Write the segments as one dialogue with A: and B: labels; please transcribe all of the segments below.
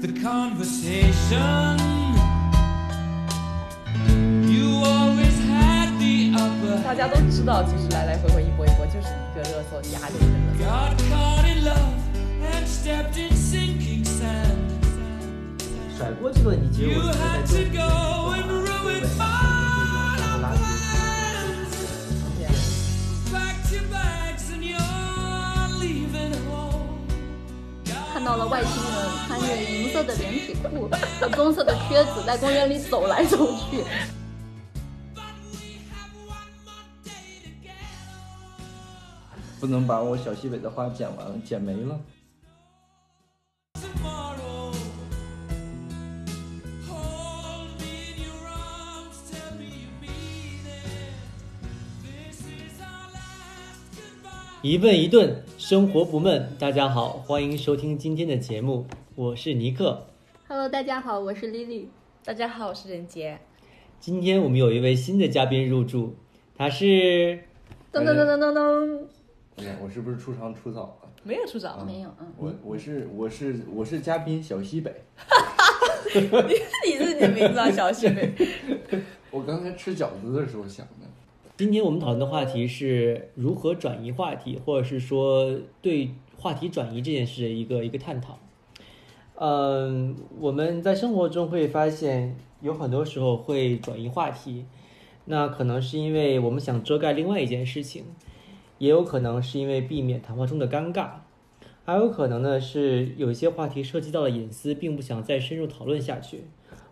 A: the conversation. You always had the upper
B: 大
A: hand.
B: 家都知道，其实来来回回一波一波就是一个热搜压着一个热搜。
A: Got caught in love and stepped in sinking sand.
C: 甩锅这个你其
A: You
C: 实我觉得在
A: had
C: 周
A: to
C: 杰伦
A: go and
C: 的歌
A: ruin
C: 对
A: my plans.
B: 这样
A: Packed your bags and you're leaving home.
D: 看到了外星人穿着银色的连体裤和棕色的靴子在公园里走来走去。
A: But we have one more day together.
E: 不能把我小西北的话剪完了，剪没了。
A: Tomorrow, hold me in your arms, tell me you mean it. This is our last goodbye.
C: 一问一顿，生活不闷。大家好，欢迎收听今天的节目，我是尼克。
D: Hello，大家好，我是 Lily。
B: 大家好，我是任杰。
C: 今天我们有一位新的嘉宾入驻，他是
D: 噔噔噔噔噔噔，
E: 哎，我是不是出场出早了？
B: 没有出场，
D: 没有，嗯，
E: 啊我我是我是我是嘉宾小西北，
B: 你自己名字啊，小西北。
E: 我刚才吃饺子的时候想的。
C: 今天我们讨论的话题是如何转移话题，或者是说对话题转移这件事的一个一个探讨。嗯，我们在生活中会发现，有很多时候会转移话题，那可能是因为我们想遮盖另外一件事情，也有可能是因为避免谈话中的尴尬，还有可能呢是有一些话题涉及到了隐私，并不想再深入讨论下去，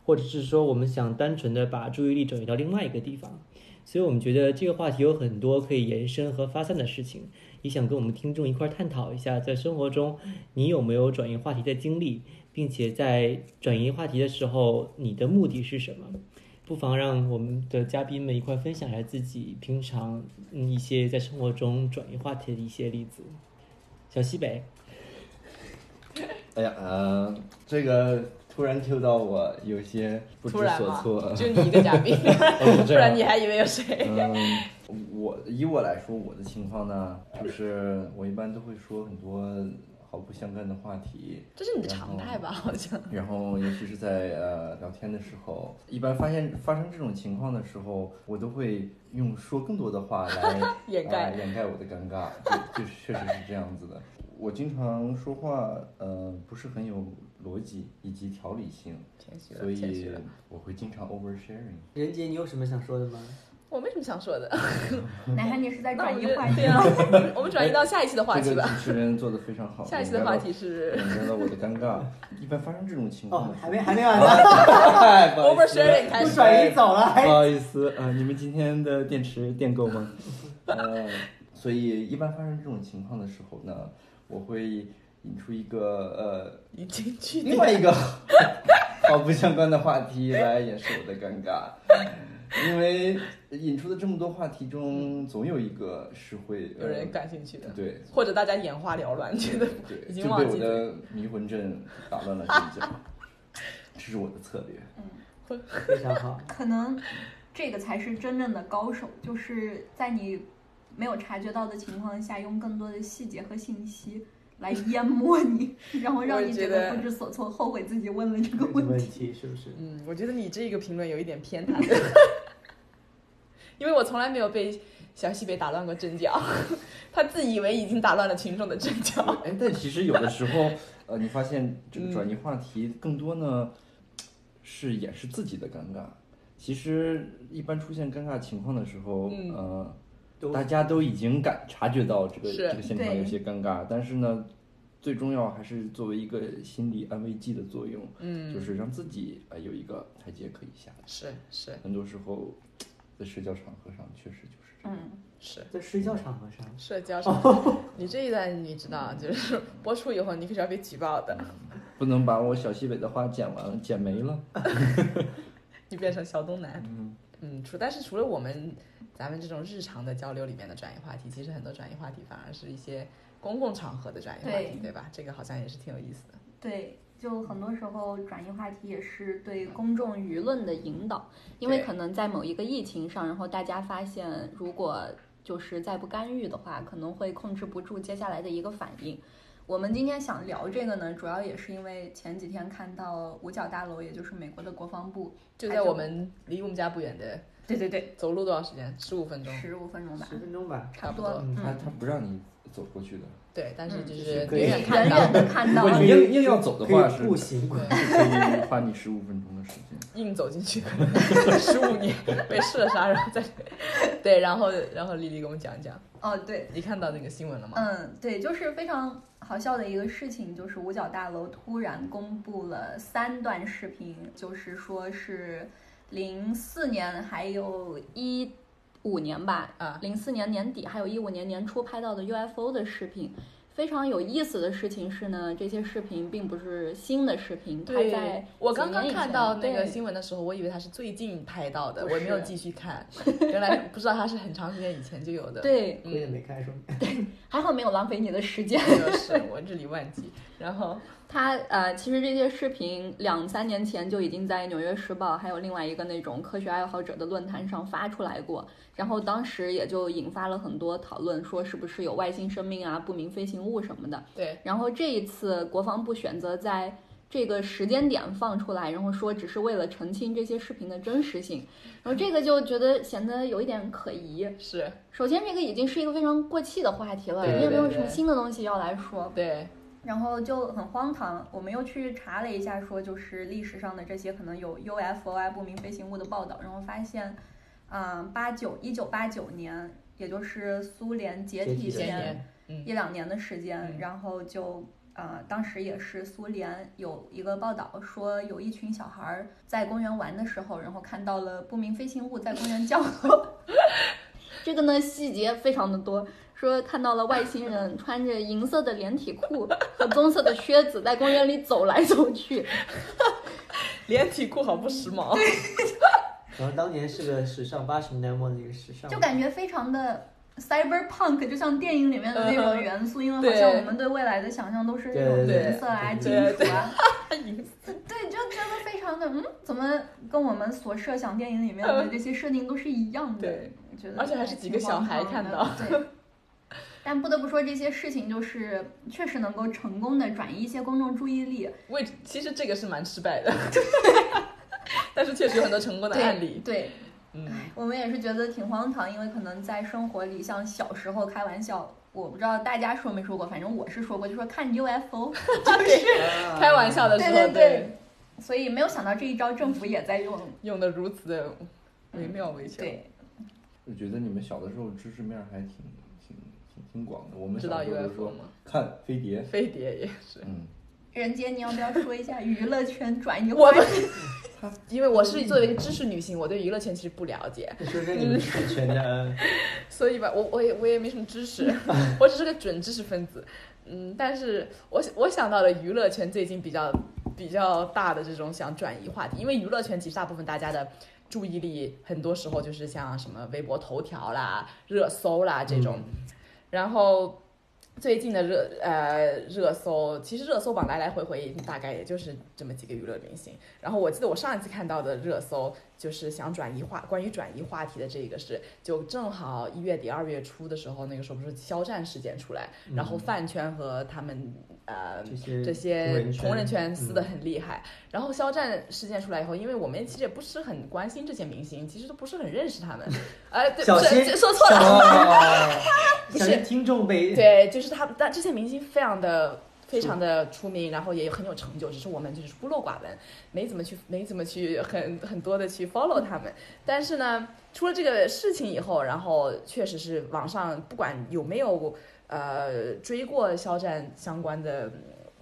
C: 或者是说我们想单纯的把注意力转移到另外一个地方。所以我们觉得这个话题有很多可以延伸和发散的事情，也想跟我们听众一块儿探讨一下，在生活中你有没有转移话题的经历，并且在转移话题的时候，你的目的是什么？不妨让我们的嘉宾们一块儿分享一下自己平常嗯一些在生活中转移话题的一些例子。小西北，
E: 哎呀，呃，这个突然 Q 到我有些不知
B: 突然
E: 所
B: 吗
E: 措。？
B: 就你一个嘉宾，
E: 哦
B: 不
E: 这样
B: 然你还以为有 谁？
E: 嗯，我以我来说，我的情况呢，就是我一般都会说很多毫不相干的话题，
B: 这是你的常态吧？好像。
E: 然后尤其是在呃聊天的时候，一般发现发生这种情况的时候，我都会用说更多的话 来
B: 掩盖
E: 呃掩盖我的尴尬，就就确实是这样子的。我经常说话，呃，不是很有逻辑以及条理性，
B: 谦虚了
E: 所
B: 谦虚
E: 以
B: 了
E: 我会经常 oversharing。
C: 任杰，你有什么想说的吗？
B: 我没什么想说的，
D: 男孩你是在
B: 那我
D: 转
B: 们
D: 移
B: 就
D: 话题
B: 对啊， 我们我们转移到下一期的话题
E: 这个
B: 吧。
E: 主持人做的非常好。
B: 下一期的话题是
E: 掩盖了我的尴尬。一般发生这种情况的时候，
C: 哦没 完呢，
E: 哎不好意思
B: 哦 oversharing 开始。
C: 转移走了
E: 不好意思，呃，你们今天的电池电够吗？呃，所以一般发生这种情况的时候呢，我会引出一个
B: 已经
E: 呃
B: 去
E: 另外一个毫不相关的话题来掩饰我的尴尬，因为引出的这么多话题中，总有一个是会
B: 有人
E: 改
B: 感兴趣的，
E: 对。
B: 或者大家眼花缭乱，觉得
E: 对，
B: 已经
E: 就
B: 忘
E: 被我
B: 记了。
E: 的迷魂阵打乱了阵脚，这是我的策略。
C: 非常 好。
D: 可能这个才是真正的高手，就是在你没有察觉到的情况下，用更多的细节和信息来淹没你， 然后让你觉得不知所措，后悔自己问了这个问题。
C: 题是不是？
B: 嗯，我觉得你这个评论有一点偏袒， 因为我从来没有被小西北打乱过阵脚， 他自以为已经打乱了群众的阵 脚。
E: 哎，但其实有的时候，呃，你发现这个
B: 嗯
E: 转移话题更多呢，是掩饰自己的尴尬。其实一般出现尴尬情况的时候，
B: 嗯
E: 呃
C: 都，
E: 大家都已经感察觉到这个
B: 是
E: 这个现场
D: 对
E: 有些尴尬，但是呢，最重要还是作为一个心理安慰剂的作用，
B: 嗯，
E: 就是让自己啊、呃有一个台阶可以下。
B: 是是
E: 很多时候，在社交场合上确实就是这样。
D: 嗯，
B: 是，哦
C: 在睡觉场合上，
B: 社交上，你这一段你知道，就是播出以后你可是要被举报的，
E: 不能把我小西北的话剪完了，剪没了。
B: 你变成小东南。嗯，除但是除了我们咱们这种日常的交流里面的转移话题，其实很多转移话题反而是一些公共场合的转移话题，
D: 对
B: 对吧？这个好像也是挺有意思的。
D: 对，就很多时候转移话题也是对公众舆论的引导，因为
B: 对
D: 可能在某一个疫情上，然后大家发现如果就是再不干预的话，可能会控制不住接下来的一个反应。我们今天想聊这个呢，主要也是因为前几天看到五角大楼，也就是美国的国防部，
B: 就在我们离我们家不远的，
D: 对对对，
B: 走路多长时间？十五分钟，
D: 十五分钟吧，
C: 十分钟吧。
B: 差不
D: 差
B: 多
D: 不。
C: 多嗯
E: 他
D: 嗯，
E: 他不让你走过 去的，
B: 对，但是就
C: 嗯
B: 是
C: 可以
B: 远远看
D: 远
B: 到
D: 远，的看
E: 如
D: 到
C: 啊
E: 果你硬硬要走的话
C: 可
E: 是
C: 以步行，
B: 对，
E: 是可以花你十五分钟的时间。
B: 硬走进去，可能十五年被射杀，然后再对，然后然后丽丽给我们讲一讲，
D: 哦，对，
B: 你看到那个新闻了吗？
D: 嗯，对，就是非常好笑的一个事情，就是五角大楼突然公布了三段视频，就是说是零四年还有一五年吧，
B: 啊，
D: 零四年年底还有一五年年初拍到的 UFO 的视频。非常有意思的事情是呢，这些视频并不是新的视频，它在
B: 对，我刚
D: 几年
B: 刚
D: 以前
B: 看到那个
D: 对
B: 新闻的时候，我以为它是最近拍到的，
D: 不
B: 我
D: 是
B: 也没有继续 看，原来不知道它是很长时间以前就有的。，嗯
D: 对，
C: 我也没开说明。
D: 还好没有浪费你的时间。
B: 就是我日理万机，然后
D: 它呃，其实这些视频两三年前就已经在《纽约时报》还有另外一个那种科学爱好者的论坛上发出来过，然后当时也就引发了很多讨论，说是不是有外星生命啊、不明飞行物什么的。
B: 对，
D: 然后这一次国防部选择在这个时间点放出来，然后说只是为了澄清这些视频的真实性，然后这个就觉得显得有一点可疑。
B: 是
D: 首先，这个已经是一个非常过气的话题了，
B: 对
D: 你也没有
B: 对
D: 什么
B: 对
D: 新的东西要来说。
B: 对，
D: 然后就很荒唐。我们又去查了一下，说就是历史上的这些可能有 UFO 啊不明飞行物的报道，然后发现，嗯，八九一九八九年，也就是苏联解体
C: 解体
B: 前
C: 前
D: 前
B: 年，嗯
D: 一两年的时间，
B: 嗯
D: 然后就。呃，当时也是苏联有一个报道说，有一群小孩儿在公园玩的时候，然后看到了不明飞行物在公园降落。 这个呢细节非常的多，说看到了外星人穿着银色的连体裤和棕色的靴子在公园里走来走去。
B: 连体裤好不时髦，
C: 然后当年是个时尚八十年代末的一个时尚，
D: 就感觉非常的 cyberpunk，就像电影里面的那种元素，因为好
B: 对
D: 像我们对未来的想象都是那种
C: 对
B: 对对
D: 银色啊、
C: 对
D: 金
B: 对
D: 属啊，
B: 银
D: 对，就觉得非常的嗯，怎么跟我们所设想电影里面的这些设定都是一样的？
B: 嗯对，
D: 觉得
B: 而且还是几个小孩看到
D: 还挺荒 唐的。对。但不得不说，这些事情就是确实能够成功的转移一些公众注意力。
B: 为其实这个是蛮失败的，但是确实有很多成功的
D: 对
B: 案例，
D: 对，
B: 嗯，
D: 我们也是觉得挺荒唐，因为可能在生活里，像小时候开玩笑，我不知道大家说没说过，反正我是说过，就说看 UFO，就是
C: 啊
B: 开玩笑的时候
D: 对对对所以没有想到这一招政府也在 用。
B: 用的如此的惟妙惟肖，
D: 对，
E: 我觉得你们小的时候知识面还挺挺挺挺广的。我们
B: 知
E: 小
B: 道
E: 时候就
B: UFO
E: 说
B: 吗？
E: 看飞碟，
B: 飞碟也是。
E: 嗯，
D: 任杰，你要不要说一下娱乐圈转移
B: 我
D: 话题？
B: 因为我是作为一个知识女性，我对娱乐圈其实不了解，
C: 说说
B: 嗯
C: 你们是圈的，
B: 所以吧，我我也我也没什么知识，我只是个准知识分子。嗯，但是我我想到了娱乐圈最近比较比较大的这种想转移话题，因为娱乐圈其实大部分大家的注意力很多时候就是像什么微博头条啦、热搜啦这种，然后。最近的热呃热搜，其实热搜榜来来回回大概也就是这么几个娱乐明星。然后我记得我上一次看到的热搜就是想转移话，关于转移话题的这个是，就正好一月底二月初的时候，那个时候不是肖战事件出来，然后饭圈和他们呃
C: 嗯这些
B: 这些同人圈撕
C: 嗯
B: 的很厉害。然后肖战事件出来以后，因为我们其实也不是很关心这些明星，其实都不是很认识 他们。哎，对，
C: 小
B: 不
C: 心
B: 是这说错了。
C: 了，
B: 不是
C: 小心哦听众被
B: 对，就是他们，但这些明星非常的。非常的出名，然后也很有成就，只是我们就是孤陋寡闻，没怎么去，没怎么去很很多的去 follow 他们。但是呢，出了这个事情以后，然后确实是网上不管有没有呃追过肖战相关的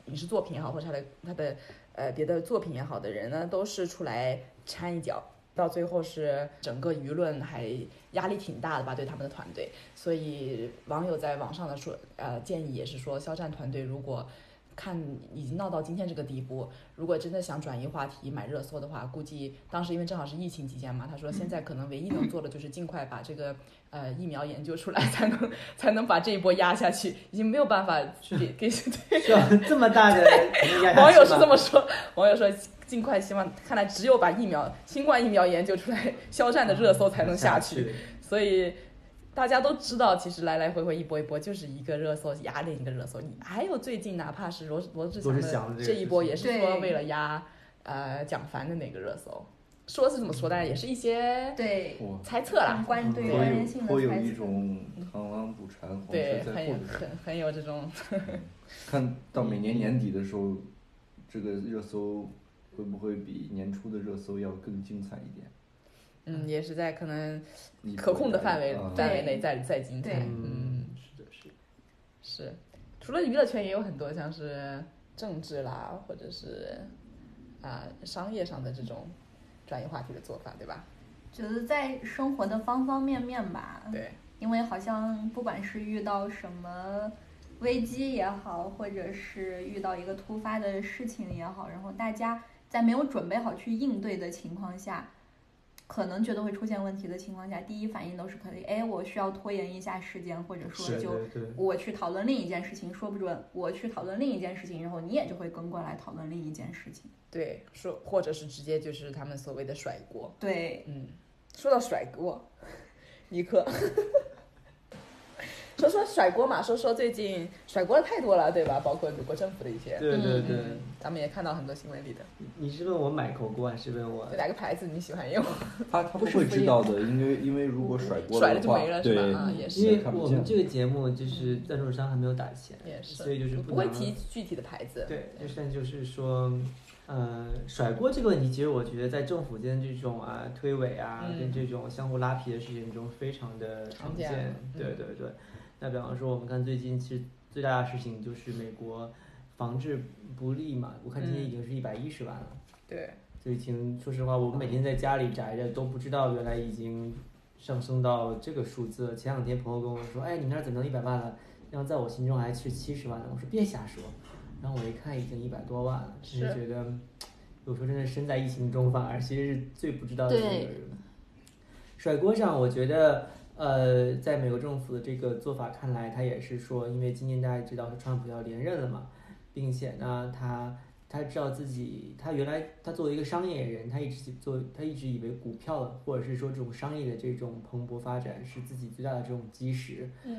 B: 影视作品也好，或者他的他的呃别的作品也好的人呢，都是出来掺一脚，到最后是整个舆论还压力挺大的吧，对他们的团队。所以网友在网上的说，呃，建议也是说，肖战团队如果看已经闹到今天这个地步，如果真的想转移话题买热搜的话，估计当时因为正好是疫情期间嘛，他说现在可能唯一能做的就是尽快把这个呃疫苗研究出来，才能才能把这一波压下去，已经没有办法给给对
C: 是吧？这么大的
B: 网友是这
C: 么
B: 么说，网友说尽快希望，看来只有把疫苗新冠疫苗研究出来，肖战的热搜才能下去。所以大家都知道，其实来来回回一波一波就是一个热搜压另一个热搜。你还有最近哪怕是罗罗志
F: 罗
B: 祥
F: 志祥的
B: 的
F: 这个
B: 这一波，
F: 事情
B: 也是说为了压呃蒋凡的那个热搜，说是这么说，但是也是一些
D: 对，
E: 我
B: 猜测啦。
D: 关对于
E: 颇
D: 关联
E: 嗯
D: 性
E: 有颇
D: 的
E: 有
D: 猜
E: 一
D: 测。
E: 种螳螂捕蝉，
F: 嗯
E: 黄
B: 对，
E: 雀在
B: 很有
E: 后的
B: 很很有这种，
E: 看到每
D: 嗯
E: 年年底的时候，这个热搜会不会比年初的热搜要更精彩一点？
B: 嗯，也是在可能
E: 你
B: 可控的范围
E: 啊
B: 范围内再再精彩
D: 对。
B: 嗯
F: 嗯，是的，是的，
B: 是，除了娱乐圈也有很多像是政治啦，或者是啊、商业上的这种转移话题的做法，对吧？
D: 觉得在生活的方方面面吧，
B: 对，
D: 因为好像不管是遇到什么危机也好，或者是遇到一个突发的事情也好，然后大家在没有准备好去应对的情况下，可能觉得会出现问题的情况下，第一反应都是可能，哎，我需要拖延一下时间，或者说
F: 是
D: 就
F: 对对，
B: 嗯
D: 我去讨论另一件事情，说不准我去讨论另一件事情，然后你也就会跟过来讨论另一件事情。
B: 对，说或者是直接就是他们所谓的甩锅。
D: 对，
B: 嗯，说到甩锅，尼克， 说说甩锅嘛，说说最近甩锅的太多了，对吧？包括鲁国政府的一些，
C: 对对
D: 嗯
C: 对，
B: 嗯，咱们也看到很多新闻里的，
C: 你是问我买口锅还是问我
B: 就？哪个牌子你喜欢用，
E: 他他不会知道的，因为因为如果甩
B: 嗯
E: 锅
B: 甩了
E: 的
B: 就
E: 话
B: 没了，是吧？
E: 对，
B: 啊，也是
C: 因为我们这个节目就是赞助商还没有打钱，
B: 也是，
C: 所以就是
B: 不会
C: 能
B: 提具体的牌子，
C: 对，就是但就是说，呃，甩锅这个问题，其实我觉得在政府间这种啊推诿啊，
B: 嗯
C: 跟这种相互拉皮的事情中非常的常
B: 常见
C: 见。
B: 嗯
C: 对对对，那比方说我们看最近其实最大的事情就是美国防治不力嘛，我看今天已经是一百一十万了。
B: 嗯对，
C: 就已经说实话，我每天在家里宅着都不知道原来已经上升到这个数字了。前两天朋友跟我说，哎，你们那儿怎么能一百万了？然后在我心中还是七十万了。我说别瞎说。然后我一看已经一百多万了，真是
B: 是
C: 觉得有时候真的身在疫情中，反而其实是最不知道的那个
D: 对
C: 人。甩锅上，我觉得。呃，在美国政府的这个做法看来，他也是说，因为今年大家也知道是川普要连任了嘛，并且呢，他他知道自己，他原来他作为一个商业人，他一直做，他一直以为股票或者是说这种商业的这种蓬勃发展是自己最大的这种基石，
B: 嗯，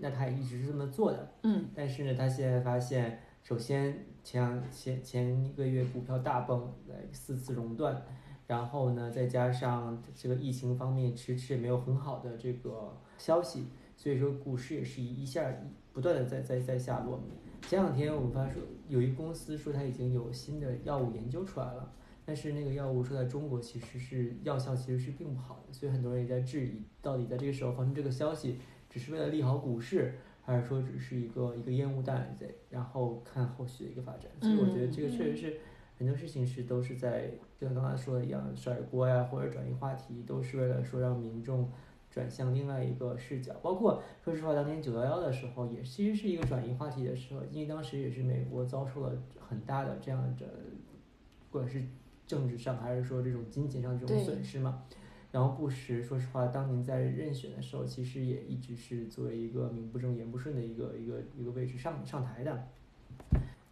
C: 那他也一直是这么做的。
D: 嗯，
C: 但是呢，他现在发现，首先前两前前一个月股票大崩，来四次熔断，然后呢，再加上这个疫情方面迟迟也没有很好的这个消息，所以说股市也是一一下不断的在在在下落。前两天我们发说有一公司说它已经有新的药物研究出来了，但是那个药物说在中国其实是药效其实是并不好的，所以很多人也在质疑，到底在这个时候发出这个消息，只是为了利好股市，还是说只是一个一个烟雾弹在，然后看后续的一个发展。所以我觉得这个确实是很多事情是都是在就像刚才说的一样，甩锅呀或者转移话题，都是为了说让民众。转向另外一个视角，包括说实话，当年九幺幺的时候，也其实是一个转移话题的时候，因为当时也是美国遭受了很大的这样的，不管是政治上还是说这种金钱上这种
D: 对
C: 损失嘛。然后布什，说实话，当年在任选的时候，其实也一直是作为一个名不正言不顺的一个一个一个位置上上台的。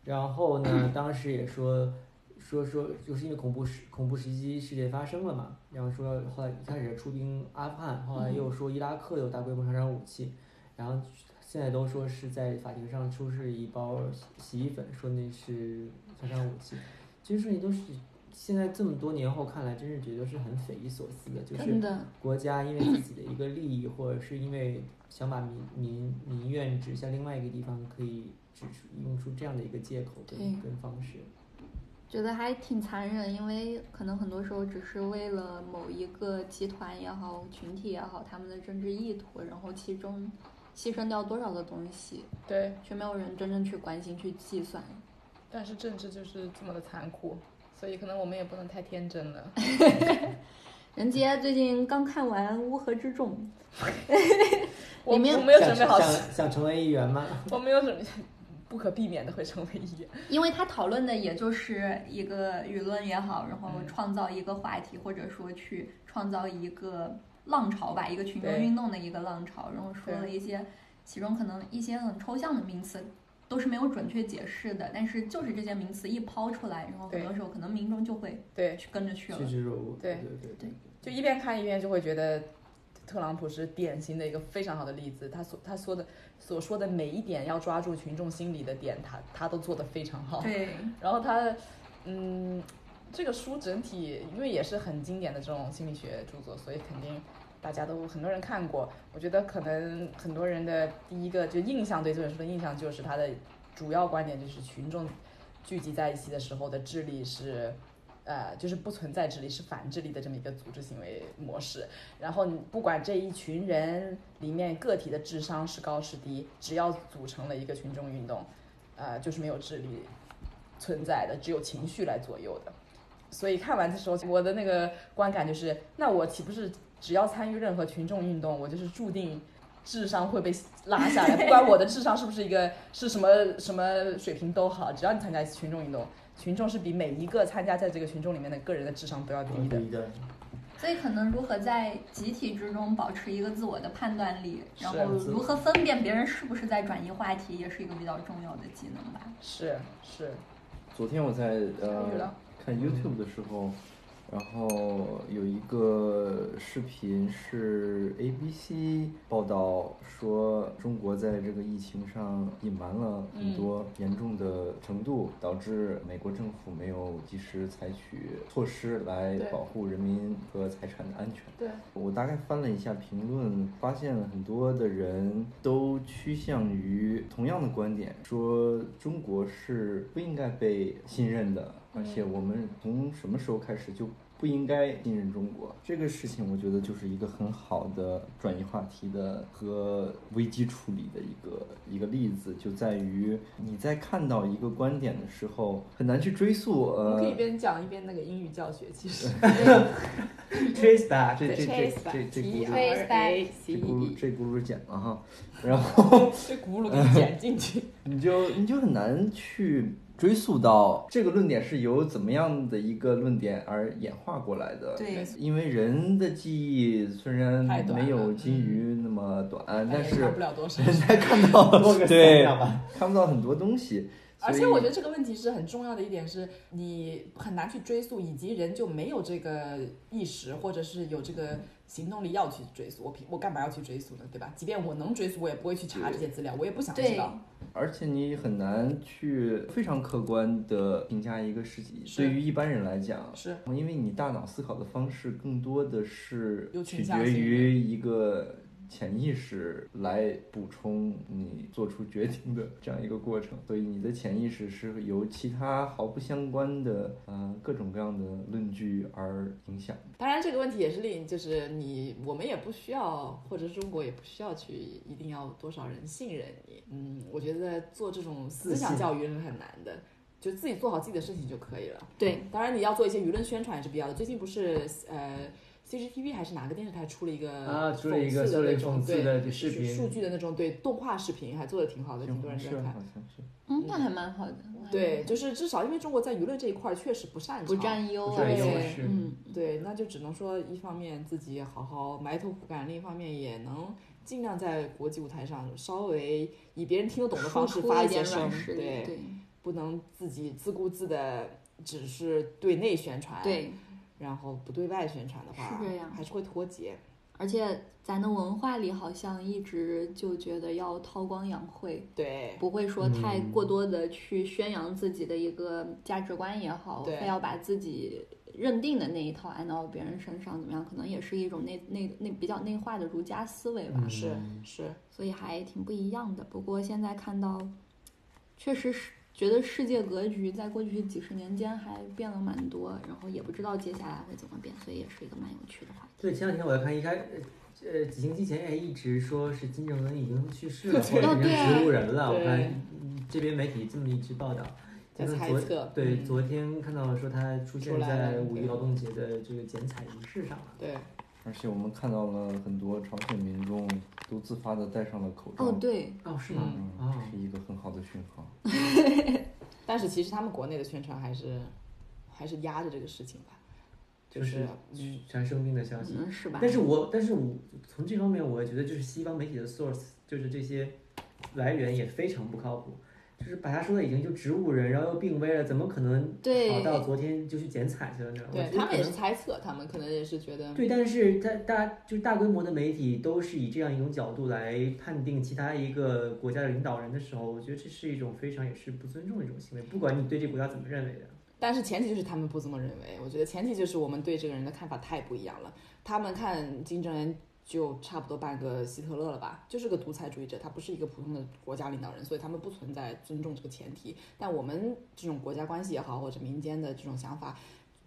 C: 然后呢，当时也说说说，就是因为恐怖事恐怖袭击事件发生了嘛，然后说后来一开始出兵阿富汗，后来又说伊拉克有大规模杀伤武器，然后现在都说是在法庭上出示一包洗洗衣粉，说那是杀伤武器，这些事情都是现在这么多年后看来，真是觉得是很匪夷所思的，就是
D: 的，
C: 国家因为自己的一个利益，或者是因为想把民民民怨指向另外一个地方，可以指出用出这样的一个借口跟
D: 对
C: 跟方式。
D: 觉得还挺残忍，因为可能很多时候只是为了某一个集团也好、群体也好，他们的政治意图，然后其中牺牲掉多少的东西，
B: 对。
D: 却没有人真正去关心、去计算。
B: 但是政治就是这么的残酷，所以可能我们也不能太天真了。
D: 任杰最近刚看完《乌合之众》，
B: 我
D: 里面
B: 我没有
C: 想
B: 准备好，
C: 想想成为议员吗？
B: 我没有准备，不可避免的会成为一员。
D: 因为他讨论的也就是一个舆论也好，然后
B: 嗯
D: 创造一个话题，或者说去创造一个浪潮吧，一个群众
B: 对
D: 运动的一个浪潮，然后说了一些其中可能一些很抽象的名词。都是没有准确解释的，但是就是这些名词一抛出来，然后很
B: 对
D: 多时候可能民众就会
B: 对，
D: 去跟着去了
C: 趋。之若�鹜。
B: 对
C: 对对对。
D: 对
B: 就一边看一边就会觉得特朗普是典型的一个非常好的例子，他所他说的所说的每一点要抓住群众心理的点，他他都做得非常好。
D: 对，
B: 然后他，嗯，这个书整体因为也是很经典的这种心理学著作，所以肯定大家都很多人看过。我觉得可能很多人的第一个就印象对这本书的印象就是它的主要观点就是群众聚集在一起的时候的智力是。呃，就是不存在智力，是反智力的这么一个组织行为模式。然后你不管这一群人里面个体的智商是高是低，只要组成了一个群众运动，呃，就是没有智力存在的，只有情绪来左右的。所以看完的时候，我的那个观感就是，那我岂不是只要参与任何群众运动，我就是注定智商会被拉下 来？不管我的智商是不是一个是什么什么水平都好，只要你参加群众运动，群众是比每一个参加在这个群众里面的个人的智商都要低的。
F: 第一个，
D: 所以可能如何在集体之中保持一个自我的判断力，然后
C: 是
D: 如何分辨别人是不是在转移话题，也是一个比较重要的技能吧。
B: 是是，
E: 昨天我在
B: 参与
E: 呃
B: 了嗯
E: 看 YouTube 的时候，然后有一个视频是 ABC 报道说，中国在这个疫情上隐瞒了很多
B: 嗯
E: 严重的程度，导致美国政府没有及时采取措施来
B: 对
E: 保护人民和财产的安全。
B: 对，
E: 我大概翻了一下评论，发现很多的人都趋向于同样的观点，说中国是不应该被信任的，而且
B: 嗯
E: 我们从什么时候开始就不应该信任中国？这个事情，我觉得就是一个很好的转移话题的和危机处理的一个一个例子，就在于你在看到一个观点的时候，很难去追溯。
B: 我们可以一
E: 呃，
B: 边讲一边那个英语教学，其实
C: trace
E: 嗯
C: back，
E: 这这这
B: trace 吧
E: 这这轱
B: T
E: 辘
B: R A C
E: 这轱
B: E
E: 辘
B: E，
E: 这轱辘剪了哈， 然后
B: 这轱辘给
E: 嗯
B: 你剪进去。
E: 你就你就很难去追溯到这个论点是由怎么样的一个论点而演化过来的。
D: 对，
E: 因为人的记忆虽然
B: 太短了
E: 没有金鱼那么短，
B: 也
E: 但
B: 哎差
E: 是
B: 不了多少。
E: 人家看到
C: 多个三
E: 对
C: 样吧。
E: 看不到很多东西，
B: 而且我觉得
E: 得
B: 这个问题是很重要的一点，是你很难去追溯，以及人就没有这个意识，或者是有这个行动力要去追溯。我凭我干嘛要去追溯呢？对吧？即便我能追溯，我也不会去查这些资料，我也不想知
D: 对
B: 道。
E: 而且你很难去非常客观的评价一个事情。
B: 是
E: 对于一般人来讲，
B: 是
E: 因为你大脑思考的方式更多的是
B: 有
E: 取
B: 倾向
E: 决
B: 性
E: 于一个潜意识来补充你做出决定的这样一个过程，所以你的潜意识是由其他毫不相关的呃各种各样的论据而影响。
B: 当然，这个问题也是另，就是你我们也不需要，或者中国也不需要去一定要多少人信任你。嗯，我觉得做这种思想教育是很难的，就自己做好自己的事情就可以了。嗯
D: 对，
B: 当然你要做一些舆论宣传也是必要的。最近不是呃。CCTV 还是哪个电视台出了一个
C: 啊出了一个
B: 呃讽刺
C: 出了
B: 的那
C: 一个
B: 种
C: 讽刺的
B: 对
C: 视频
B: 数据的那种对动画视频还做的挺好的，挺多人在
E: 是
B: 看
E: 好。像是。
F: 嗯，那还蛮好的，
B: 对，就是至少因为中国在舆论这一块儿确实不擅长，
F: 不占优
C: 不
F: 啊，
C: 占
B: 优
F: 对
C: 是
F: 嗯，
B: 对，那就只能说一方面自己好好埋头苦干，另一方面也能尽量在国际舞台上稍微以别人听得懂的方式
F: 输出
B: 发
F: 一
B: 些
F: 点
B: 声
F: 软，实力，
B: 对，
F: 对
B: 不能自己自顾自的只是对内宣传，，
F: 对，
B: 然后不对外宣传的话，
F: 是这样
B: 还是会脱节。
F: 而且咱的文化里好像一直就觉得要韬光养晦，
B: 对，
F: 不会说太过多的去宣扬自己的一个价值观也好，
B: 对
F: 非要把自己认定的那一套安到别人身上，怎么样？可能也是一种内内内比较内化的儒家思维
C: 嗯
F: 吧，
B: 是是，
F: 所以还挺不一样的。不过现在看到，确实是觉得世界格局在过去几十年间还变了蛮多，然后也不知道接下来会怎么变，所以也是一个蛮有趣的话题。
C: 对，前两天我在看，一开呃几星期前哎一直说是金正恩已经去 世了，或者已经
F: 对啊
C: 植物人了，我
B: 哦对
C: 看嗯这边媒体这么一直报道。
B: 在
C: 结果
B: 猜
C: 昨
B: 测
C: 对，
B: 嗯
C: 昨天看到说他出
B: 出
C: 现
B: 来了
C: 在五一
B: 对
C: 劳动节的这个剪彩仪式上了。
B: 对，
E: 而且我们看到了很多朝鲜民众都自发的戴上了口罩，
F: 哦，对，
C: 哦，是吗？
E: 嗯，
C: 哦，
E: 这是一个很好的讯号。
B: 但是其实他们国内的宣传还是还是压着这个事情吧，就
C: 就是
B: 嗯，
C: 传生病的消息。
F: 嗯，是吧？
C: 但是我，但是我从这方面，我也觉得就是西方媒体的 source，就是这些来源也非常不靠谱。就是把他说的已经就植物人，然后又病危了，怎么可能
B: 对
C: 跑到昨天就去剪彩去了呢？我
B: 对
C: 觉得
B: 他们
C: 可
B: 也
C: 能
B: 是猜测，他们可能也是觉得
C: 对，但是它大就是大规模的媒体都是以这样一种角度来判定其他一个国家的领导人的时候，我觉得这是一种非常也是不尊重的一种行为，不管你对这国家怎么认为的。
B: 但是前提就是他们不这么认为。我觉得前提就是我们对这个人的看法太不一样了。他们看金正恩就差不多半个希特勒了吧，就是个独裁主义者，他不是一个普通的国家领导人，所以他们不存在尊重这个前提。但我们这种国家关系也好，或者民间的这种想法，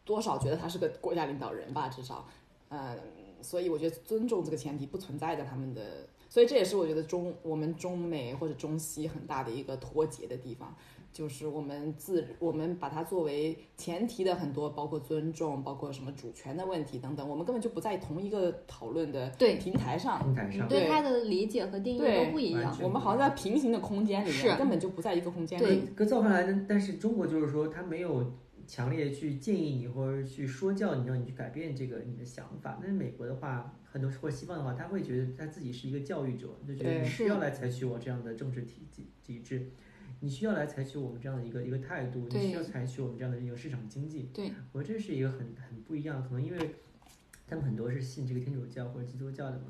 B: 多少觉得他是个国家领导人吧，至少，嗯，所以我觉得尊重这个前提不存在在他们的。所以这也是我觉得中我们中美或者中西很大的一个脱节的地方。就是我们自我们把它作为前提的很多，包括尊重，包括什么主权的问题等等，我们根本就不在同一个讨论的
D: 对
B: 平台上，
C: 平台上，
B: 对
D: 对他的理解和定义
B: 对
D: 都不一
C: 完
D: 样
C: 全。
B: 我们好像在平行的空间里面，
D: 是
B: 根本就不在一个空间
D: 对
B: 里。
C: 搁造上来的，但是中国就是说他没有强烈去建议你或者去说教你，让你去改变这个你的想法。但是美国的话，很多或者西方的话，他会觉得他自己是一个教育者，就觉得
B: 对
C: 你需
D: 是
C: 要来采取我这样的政治体体体制。你需要来采取我们这样的一个一个态度，你
D: 对
C: 需要采取我们这样的一个市场经济。
D: 对，
C: 我觉得这是一个很很不一样，可能因为他们很多是信这个天主教或者基督教的嘛，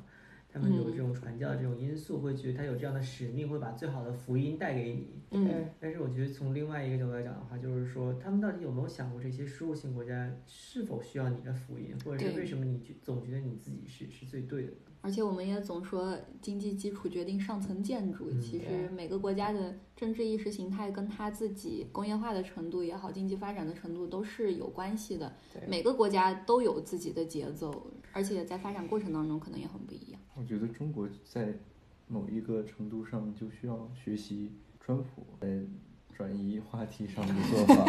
C: 他们
D: 嗯
C: 有这种传教的这种因素，会觉得他有这样的使命，会把最好的福音带给你。
B: 嗯，
C: 但是我觉得从另外一个角度来讲的话，就是说他们到底有没有想过这些输入性国家是否需要你的福音，或者是
D: 对
C: 为什么你觉总觉得你自己是是最对的？
D: 而且我们也总说经济基础决定上层建筑，
C: 嗯
D: 其
B: 对
D: 实每个国家的政治意识形态跟它自己工业化的程度也好，经济发展的程度都是有关系的
B: 对。
D: 每个国家都有自己的节奏，而且在发展过程当中可能也很不一样。
E: 我觉得中国在某一个程度上就需要学习川普在转移话题上的做 法，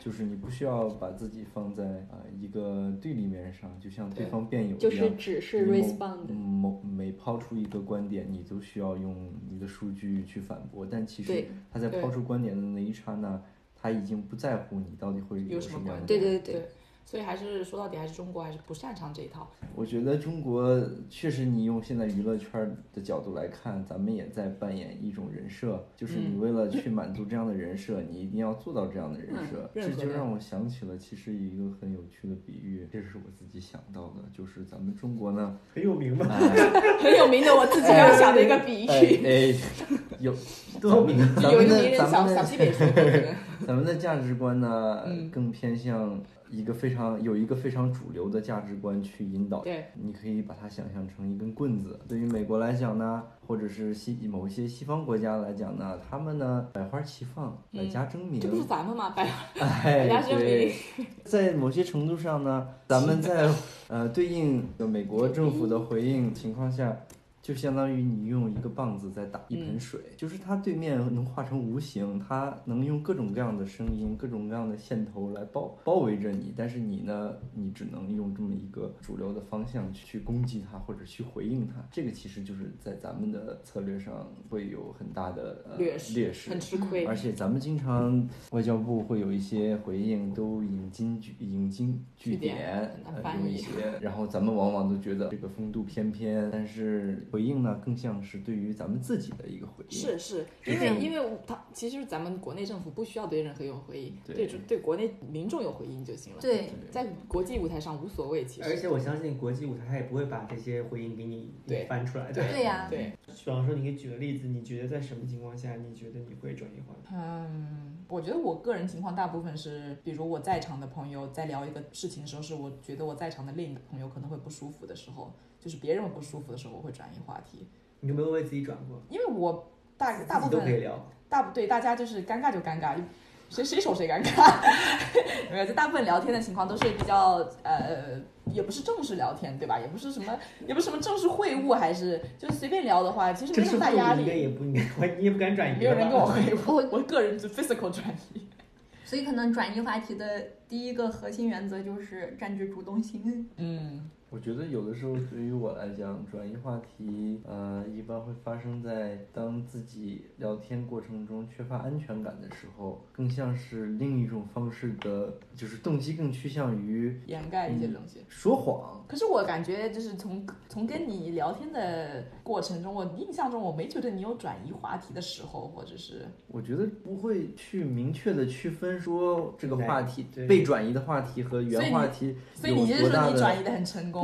E: 就是你不需要把自己放在啊、一个对立面上，就像对
B: 对
E: 方辩友
D: 就
E: 一
D: 是
E: 样。
D: 只是
E: 你
D: respond
E: 某某每抛出一个观点，你都需要用你的数据去反驳，但其实
D: 对
E: 他在
B: 对
E: 抛出观点的那一刹那，他已经不在乎你到底会
B: 有什
E: 什
B: 么
E: 么样
B: 观
E: 的
B: 点？
D: 对对对
B: 对。所以还是说到底，还是中国还是不擅长这一套。
E: 我觉得中国确实，你用现在娱乐圈的角度来看，咱们也在扮演一种人设，就是你
B: 嗯
E: 为了去满足这样的人设，你一定要做到这样的人设。
B: 嗯任
E: 这
B: 何
E: 就
B: 人
E: 让我想起了其实一个很有趣的比喻，这是我自己想到的，就是咱们中国呢，
C: 很有名嘛，
E: 哎
B: 很有名的，我 自己刚想的一个比
E: 哎
B: 喻，
E: 哎， 有
C: 多有名啊！
E: 咱
B: 有一
E: 们
B: 个名
E: 的
B: 人
E: 咱
B: 小
E: 们
B: 小
E: 的
B: 西北说过这个，
E: 咱们的价值观呢
B: 嗯，
E: 更偏向一个非常有一个非常主流的价值观去引导
B: 对
E: 你可以把它想象成一根棍子。对于美国来讲呢，或者是西某一些西方国家来讲呢，他们呢百花齐放，百家争鸣。
B: 嗯这不是咱们吗？白 百
E: 哎，
B: 家争鸣
E: 对，在某些程度上呢，咱们在呃对应美国政府的回应情况下，就相当于你用一个棒子在打一盆水，
B: 嗯
E: 就是它对面能化成无形，它能用各种各样的声音、各种各样的线头来包包围着你，但是你呢，你只能用这么一个主流的方向去去攻击它或者去回应它。这个其实就是在咱们的策略上会有很大的、呃、
B: 劣势
E: 劣势
B: 很吃亏
E: 而。且咱们经常外交部会有一些回应，都引经据引经据
B: 据典
E: 典
B: 很，难
E: 呃
B: 翻
E: 有
B: 译
E: 一些，然后咱们往往都觉得这个风度翩翩，但是回应呢，更像是对于咱们自己的一个回应。
B: 是是，
E: 是
B: 因
E: 这
B: 为
E: 样
B: 因为他其实咱们国内政府不需要对任何有回应，
E: 对
B: 对对国内民众有回应就行了。，
D: 对
B: 在国际舞台上无所谓，其
C: 而
B: 实
C: 且我相信国际舞台他也不会把这些回应给你
B: 对
C: 翻出来的。
B: 对
D: 呀
B: 对，
C: 比方说，你可以举个例子，你觉得在什么情况下，你觉得你会转移话题？
B: 嗯，我觉得我个人情况大部分是，比如我在场的朋友在聊一个事情的时候，是我觉得我在场的另一个朋友可能会不舒服的时候，就是别人不舒服的时候，我会转移话题，
C: 你有没有为自己转过？
B: 因为我大大部
C: 自己都可以
B: 分
C: 聊。
B: 大不对，大家就是尴尬就尴尬，谁谁手谁尴尬。 没有，就大部分聊天的情况都是比较呃，也不是正式聊天，对吧？也不是什么，也不是什么正式会晤，还是就是随便聊的话，其实
C: 这
B: 没那
C: 是
B: 么大压
C: 应该也
B: 力，
C: 不应该， 我你也不敢转移。
B: 没有人跟 我会
D: 我
B: 晤。我个人就 physical 转移，
D: 所以可能转移话题的第一个核心原则就是占据主动性。
B: 嗯，
E: 我觉得有的时候对于我来讲，转移话题，呃，一般会发生在当自己聊天过程中缺乏安全感的时候，更像是另一种方式的，就是动机更趋向于
B: 掩盖一些东西。
E: 说谎。
B: 可是我感觉就是从从跟你聊天的过程中，我印象中我没觉得你有转移话题的时候，或者是
E: 我觉得不会去明确的区分说这个话题
C: 对
E: 被转移的话题
B: 所
E: 和
B: 以
E: 原
B: 你
E: 话题
B: 所以
E: 有
B: 你就是
E: 多大
B: 说你
E: 的
B: 转移的很成功，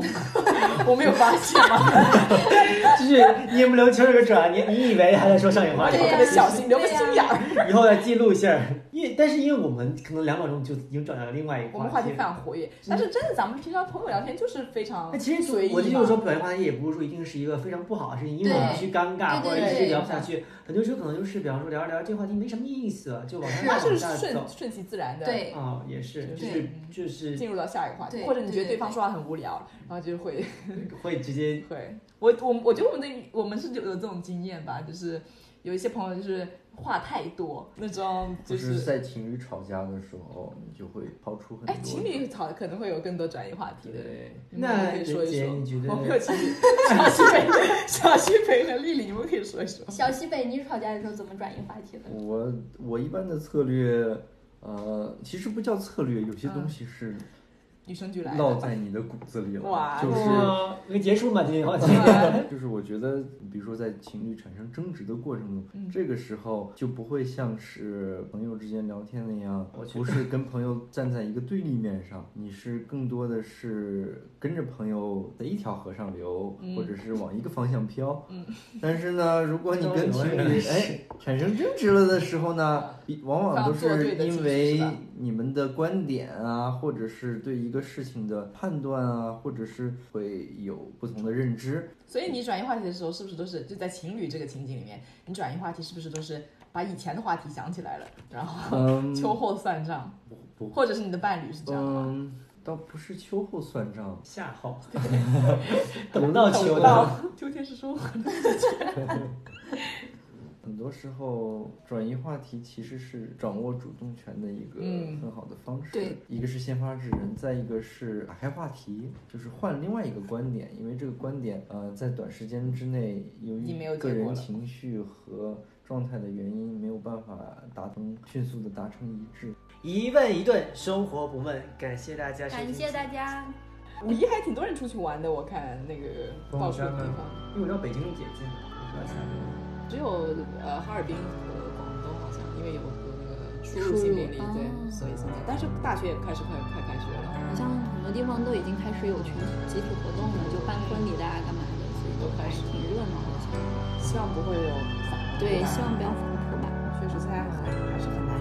B: 我没有发现吗？
C: 就是捏不溜秋儿的转，你你以为他在说上一话题
B: 我
D: 对，
B: 可
D: 呀
B: 能小心留个
D: 对呀
B: 心眼儿。
C: 以后来记录一下。因为但是因为我们可能两秒钟就已经转到了另外一个
B: 我们话题
C: 题
B: 非。常活跃，但是真的咱们平常朋友聊天就是非常
C: 哎那其实
B: 随意
C: 我就
B: 嘛
C: 是说，表演话题也不是说一定是一个非常不好的事情，因为我
D: 对
C: 们必须尴尬
D: 对
C: 或
D: 对
C: 者一
B: 对
C: 直聊不下去。很多时候可能就是，比方说聊着聊着这个话题没什么意思了，就往下
B: 它是
C: 往下
B: 顺
C: 走。
B: 顺其自然的。
D: 对，
C: 啊，也是，就
B: 对嗯
C: 是就是
B: 进入到下一个话题，
D: 对
B: 或者你觉得对
D: 对
B: 方说话很无聊，然后就会
C: 会直接
B: 会，我我我觉得我们的我们是有这种经验吧，就是有一些朋友就是话太多那种，
E: 就
B: 就是是
E: 在情侣吵架的时候，你就会抛出很多。
B: 哎，情侣吵可能会有更多转移话题的。
E: 对，
B: 你们
C: 那
B: 可以说一
C: 任
B: 说，
C: 姐你觉得
B: 我没有情侣，小西北、小西北和丽丽，你们可以说一说。
D: 小西北，你吵架的时候怎么转移话题的？
E: 我我一般的策略，呃，其实不叫策略，有些
B: 嗯
E: 东西是
B: 女生就来了
E: 烙在你的骨子里了。
B: 哇
E: 就是
C: 哇，那结束嘛，今天话题。
B: 哇
E: 就是，我觉得，比如说在情侣产生争执的过程中，
B: 嗯
E: 这个时候就不会像是朋友之间聊天那样
C: 我，觉
E: 不
C: 得
E: 是跟朋友站在一个对立面上，你是更多的是跟着朋友在一条河上流，
B: 嗯
E: 或者是往一个方向飘。
B: 嗯
E: 但是呢，如果你
C: 都
E: 跟
C: 有
E: 情
C: 人
E: 侣哎产生争执了的时候呢，一往往都
B: 非常作对
E: 是
B: 的情绪
E: 因为
B: 是吧
E: 你们的观点啊，或者是对一个事情的判断啊，或者是会有不同的认知。
B: 所以你转移话题的时候，是不是都是就在情侣这个情景里面，你转移话题是不是都是把以前的话题想起来了，然后啊
E: 嗯，
B: 秋后算账，
E: 不不
B: 或者是你的伴侣是这样的吗？
E: 嗯，倒不是秋后算账，
C: 夏号， 等到秋
B: 等
C: 到。
B: 到秋天是说，
E: 很多时候转移话题其实是掌握主动权的一个
B: 嗯
E: 很好的方式。
D: 对，
E: 一个是先发制人，再一个是打开话题，就是换另外一个观点，因为这个观点呃在短时间之内由
B: 已经没有
E: 于
B: 结
E: 个
B: 果
E: 人
B: 了
E: 情绪和状态的原因没有办法达成迅速的达成一致。
C: 一问一顿，生活不闷。感谢大家收听，
D: 感谢大家，
B: 五一还挺多人出去玩的，我看那个到处的地方，
C: 因为我知道北京离解禁了，我不知道其他地方
B: 只有呃哈尔滨和广东好像，因为有有那个输
D: 输
B: 入
D: 入
B: 性病例，
D: 哦
B: 对，所以现在，但是大学也开始快快开学了，
D: 好像很多地方都已经开始有群体集体活动了，就办婚礼的啊，干嘛的，所以都还是挺热闹的。
B: 希望不会有反
D: 对，希望不要反扑吧。
B: 确实现在还还是很难